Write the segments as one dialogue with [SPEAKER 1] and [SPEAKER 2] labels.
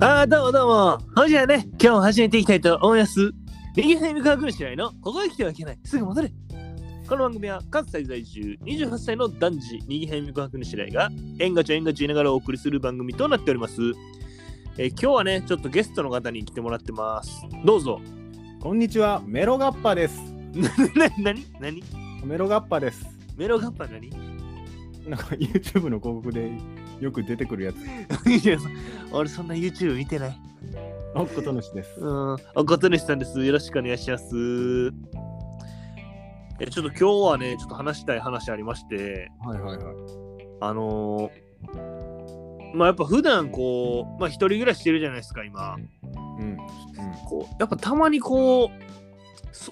[SPEAKER 1] あーどうもどうもほいじゃあね今日も始めていきたいと思います右船向かう軍師来のここへ来てはいけないすぐ戻れこの番組は関西在住28歳の男児右辺未告白の白井が縁がちょ縁がちょ言いながらお送りする番組となっております、えー今日はねちょっとゲストの方に来てもらってますどうぞ
[SPEAKER 2] こんにちは、メロガッパです。
[SPEAKER 1] な 何何
[SPEAKER 2] メロガッパです。
[SPEAKER 1] メロガッパ何 い
[SPEAKER 2] なんか YouTube の広告でよく出てくるやつ。
[SPEAKER 1] や俺そんな YouTube 見てない
[SPEAKER 2] おっこと主です。
[SPEAKER 1] うん、おことねしさんです。よろしくお願いします。え、ちょっと今日はね、ちょっと話したい話ありまして、
[SPEAKER 2] はいはいはい。
[SPEAKER 1] あのーまあやっぱ普段こう、まあ一人暮らししてるじゃないですか、今。
[SPEAKER 2] うん。
[SPEAKER 1] こう、やっぱたまにこう、す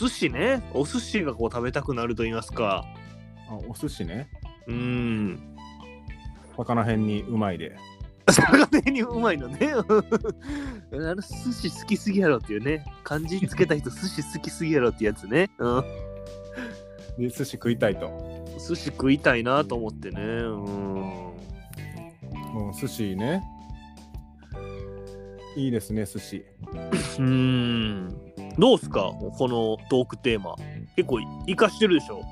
[SPEAKER 1] 寿司ね、お寿司がこう食べたくなると言いますか。
[SPEAKER 2] あ、お寿司ね。
[SPEAKER 1] うん。
[SPEAKER 2] 魚辺にうまいで。
[SPEAKER 1] 魚手にうまいのね。 うんあの寿司好きすぎやろっていうね。漢字つけた人寿司好きすぎやろってやつね。うん。
[SPEAKER 2] で、寿司食いたいと。
[SPEAKER 1] 寿司食いたいなと思ってねうん
[SPEAKER 2] うん、寿司ね。いいですね、寿司。
[SPEAKER 1] うんどうすかこのトークテーマ結構イカしてる でしょ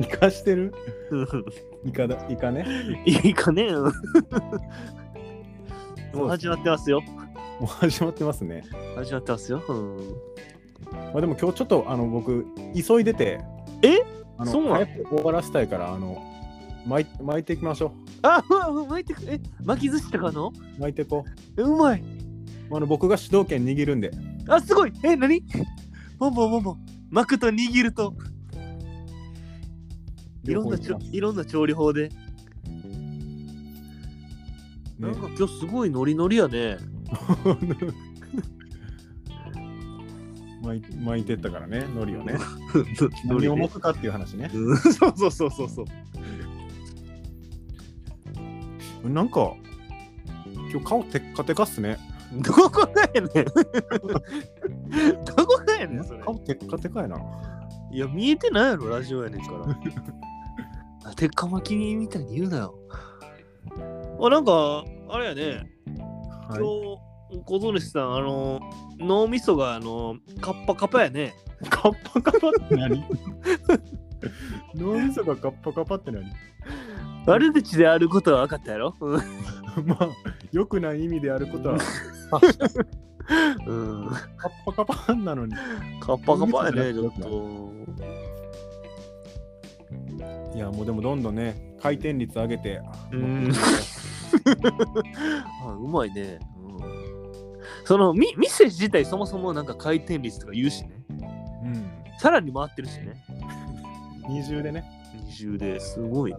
[SPEAKER 2] イカしてるイカだ、イカね。
[SPEAKER 1] イカねうんも
[SPEAKER 2] そうう
[SPEAKER 1] 始まってますよ
[SPEAKER 2] もう始まってますね。
[SPEAKER 1] 始まってますよ、うん、
[SPEAKER 2] まあでも今日ちょっとあの僕、急いでて。
[SPEAKER 1] え
[SPEAKER 2] あの
[SPEAKER 1] そうなの
[SPEAKER 2] 早く終わらせたいから、あの、巻い巻いていきましょ
[SPEAKER 1] あうわうわ巻いてくえ巻き寿司とかの
[SPEAKER 2] う。巻いていこう。
[SPEAKER 1] えうまい
[SPEAKER 2] あの僕が主導権握るんで。
[SPEAKER 1] あすごいえ何ボンボンボンボン巻くと握るといろんなちょ
[SPEAKER 2] 両方行き
[SPEAKER 1] いろんな調理法で、なん
[SPEAKER 2] ま
[SPEAKER 1] か今日すごいノリノリやね
[SPEAKER 2] すね 巻い巻いてったからね、ノリをね。
[SPEAKER 1] ノ
[SPEAKER 2] 何
[SPEAKER 1] リ
[SPEAKER 2] を
[SPEAKER 1] ね
[SPEAKER 2] 巻くかっていう話ね。
[SPEAKER 1] うんそうそうそうそうそう
[SPEAKER 2] なんか、今日顔テッカテカっすね。
[SPEAKER 1] どこがやねんどこがやねんそれ。
[SPEAKER 2] 顔テッカテカやな。
[SPEAKER 1] いや、見えてないやろ、ラジオやねんから。てかまきみたいに言うなよ。あ、なんか、あれやね、
[SPEAKER 2] は
[SPEAKER 1] 今
[SPEAKER 2] い、
[SPEAKER 1] 日、小園さん、あの、脳みそが、あの、カッパカパやね。
[SPEAKER 2] カッパカパって何脳みそがカッパカパって何
[SPEAKER 1] 悪口であることは分かったやろ。
[SPEAKER 2] まあ、良くない意味でやることは、
[SPEAKER 1] うん。
[SPEAKER 2] カッパカパなのに。
[SPEAKER 1] カッパカパやね、ちょっ
[SPEAKER 2] 脳
[SPEAKER 1] と。
[SPEAKER 2] いや、もうでもどんどんね、回転率上げて。
[SPEAKER 1] うん あうまいね。うん、その、み店自体そもそもなんか回転率とか言うしね。
[SPEAKER 2] うん。
[SPEAKER 1] さらに回ってるしね。
[SPEAKER 2] 二重でね。
[SPEAKER 1] 二重ですごいね。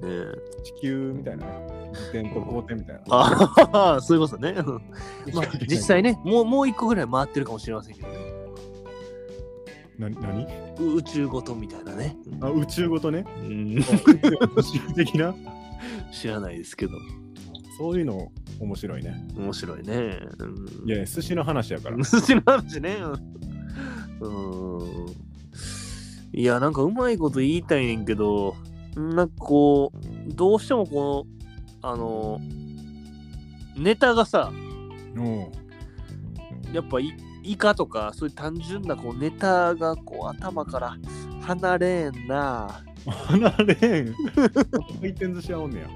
[SPEAKER 2] 地球みたいなね、自転と公転みたいな。
[SPEAKER 1] ああ、そういうことね。うんまあ、実
[SPEAKER 2] 際
[SPEAKER 1] 際ね、もう、もう一個ぐらい回ってるかもしれませんけどね。
[SPEAKER 2] な何
[SPEAKER 1] う宇宙ごとみたいなね。
[SPEAKER 2] あ宇宙ごとね。
[SPEAKER 1] うん、
[SPEAKER 2] 宇宙的な。
[SPEAKER 1] 知らないですけど、
[SPEAKER 2] そういうの面白いね。
[SPEAKER 1] 面白いね。うん、
[SPEAKER 2] いやいや、寿司の話やから。
[SPEAKER 1] 寿司の話ね。うん。うんいや、なんかうまいこと言いたいねんけど、なんかこう、どうしてもこの、あの、ネタがさ、
[SPEAKER 2] うん。
[SPEAKER 1] やっぱイイカとか、そういう単純なこうネタがこう頭から離れんな。
[SPEAKER 2] 離れん。回転寿司はおんねや。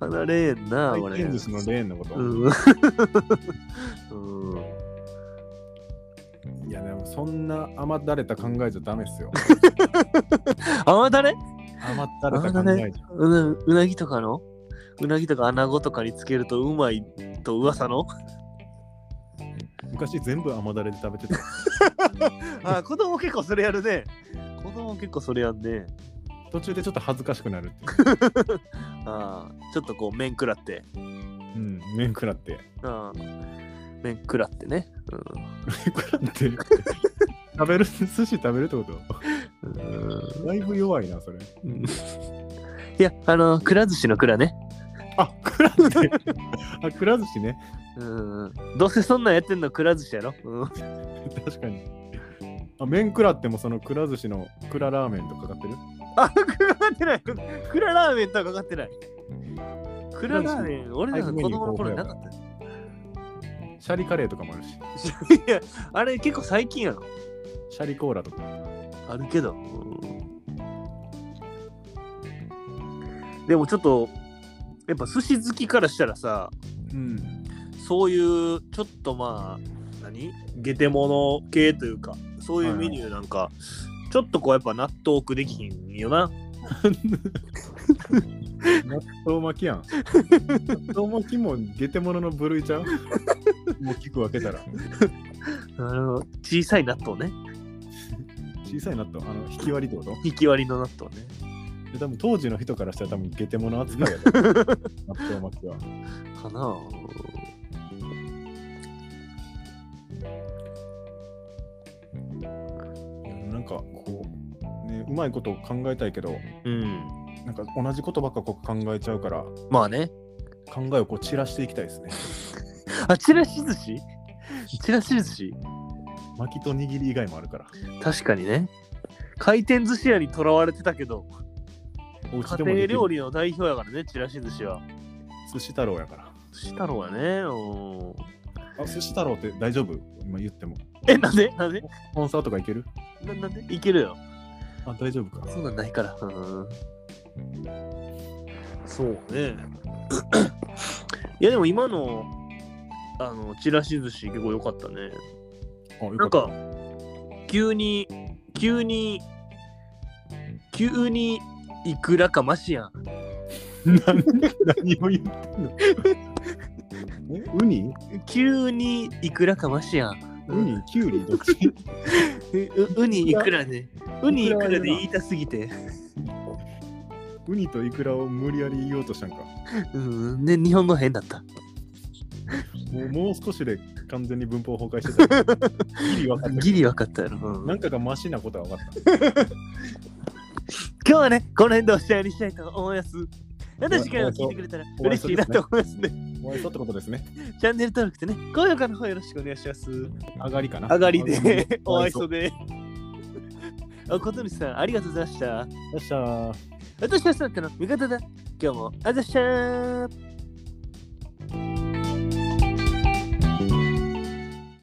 [SPEAKER 1] 離れんな、
[SPEAKER 2] 回
[SPEAKER 1] 俺。
[SPEAKER 2] 転寿司のレーンのこと。
[SPEAKER 1] うん。うん
[SPEAKER 2] いや、でもそんな甘だれた考えじゃダメっ すよ。
[SPEAKER 1] 甘だれ
[SPEAKER 2] 甘だれた考えじゃ。
[SPEAKER 1] うなうなぎとかのうなぎとかアナゴとかにつけるとうまいと噂の
[SPEAKER 2] 昔全部甘だれで食べてた。
[SPEAKER 1] あ子供結構それやるね。子供結構それやんね。
[SPEAKER 2] 途中でちょっと恥ずかしくなるっていう。
[SPEAKER 1] あちょっとこう面食らって。
[SPEAKER 2] うん、麺食らって。
[SPEAKER 1] あ面食らってね。
[SPEAKER 2] 麺食らって。食べる、寿司食べるってこと
[SPEAKER 1] うん。う
[SPEAKER 2] だいぶ弱いな、それ。
[SPEAKER 1] ん いや、あの、くら寿司のくらね。
[SPEAKER 2] あ、くら寿司。あ、くら寿司ね。
[SPEAKER 1] うん。どうせそんなんやってんのくら寿司やろ。うん。
[SPEAKER 2] 確かに。あ、麺くらってもそのくら寿司のくらラーメンとかかってる
[SPEAKER 1] あ、くらかかってない。くらラーメンとはかかってない。くクララーメン、俺らが子供の頃になかったよ。
[SPEAKER 2] シャリカレーとかもあるし、
[SPEAKER 1] いや、あれ結構最近やろ。
[SPEAKER 2] シャリコーラとか。
[SPEAKER 1] あるけど。でもちょっと、やっぱ寿司好きからしたらさ、
[SPEAKER 2] うん。
[SPEAKER 1] そういうちょっとまあ、何ゲテモノ系というか、そういうメニューなんか、ちょっとこうやっぱ納得できひんよな。
[SPEAKER 2] 納豆巻きや ん。納豆巻きもゲテモノの部類ちゃうもう聞く分けたら。
[SPEAKER 1] あの小さい納豆ね。
[SPEAKER 2] 小さい納豆、あの、引き割りってこと
[SPEAKER 1] 引き割りの納豆ね。
[SPEAKER 2] で多分当時の人からしたら多分ゲテモノ扱いやで 納豆巻きは。
[SPEAKER 1] かなあ
[SPEAKER 2] いやなんかこう、ね、うまいこと考えたいけど、
[SPEAKER 1] うん。
[SPEAKER 2] なんか同じことばっかこう考えちゃうから、
[SPEAKER 1] まあね。
[SPEAKER 2] 考えをこう散らしていきたいですね。
[SPEAKER 1] あ、ちらし寿司ちらし寿司
[SPEAKER 2] 巻きと握り以外もあるから。
[SPEAKER 1] 確かにね。回転寿司屋にとらわれてたけど、
[SPEAKER 2] お家
[SPEAKER 1] 家
[SPEAKER 2] でもで
[SPEAKER 1] 庭
[SPEAKER 2] きる
[SPEAKER 1] 料理の代表やからね、ちらし寿司は。
[SPEAKER 2] 寿司太郎やから。
[SPEAKER 1] 寿司太郎はね。うん
[SPEAKER 2] あ寿司太郎って大丈夫今言っても。
[SPEAKER 1] え、なんでなんで
[SPEAKER 2] スポンサーとかいける
[SPEAKER 1] ななんでいけるよ。
[SPEAKER 2] あ、大丈夫か。
[SPEAKER 1] そんなんないから。うん。そうね。いや、でも今の、あの、ちらし寿司結構良かったね。
[SPEAKER 2] あよ
[SPEAKER 1] な
[SPEAKER 2] か
[SPEAKER 1] ん
[SPEAKER 2] った
[SPEAKER 1] か、急に、急に、急に、いくらかマシやん。
[SPEAKER 2] 何何を言ってんのえウニ
[SPEAKER 1] 急に、いくらかマシやん。
[SPEAKER 2] ウニキュウリどっち
[SPEAKER 1] うウニいくらね。ウニいくらで言いたすぎて。
[SPEAKER 2] ウニとイクラを無理やり言おうとしたんか。
[SPEAKER 1] うん。で、日本語変だった。
[SPEAKER 2] もうもう少しで完全に文法崩壊してた。ギリ分かったけ
[SPEAKER 1] ギリ分かったやろ。う
[SPEAKER 2] ど。
[SPEAKER 1] ん
[SPEAKER 2] なんかがマシなことは分かった。
[SPEAKER 1] 今日はね、この辺でお試合にしたいと思います。また次回を聞いてくれたら
[SPEAKER 2] お会い
[SPEAKER 1] 嬉
[SPEAKER 2] しましょう
[SPEAKER 1] しいなと思いますね。
[SPEAKER 2] お前とってことですね。
[SPEAKER 1] チャンネル登録とね、高評価の方よろしくお願いします。
[SPEAKER 2] 上がりかな。
[SPEAKER 1] 上がりで、お
[SPEAKER 2] お
[SPEAKER 1] 会
[SPEAKER 2] い
[SPEAKER 1] い
[SPEAKER 2] し
[SPEAKER 1] そ
[SPEAKER 2] そう。
[SPEAKER 1] で。おことみさん、ありがとうございました。
[SPEAKER 2] よっしゃー。
[SPEAKER 1] 私たちだったの味方だ。今日も、あざっしゃー。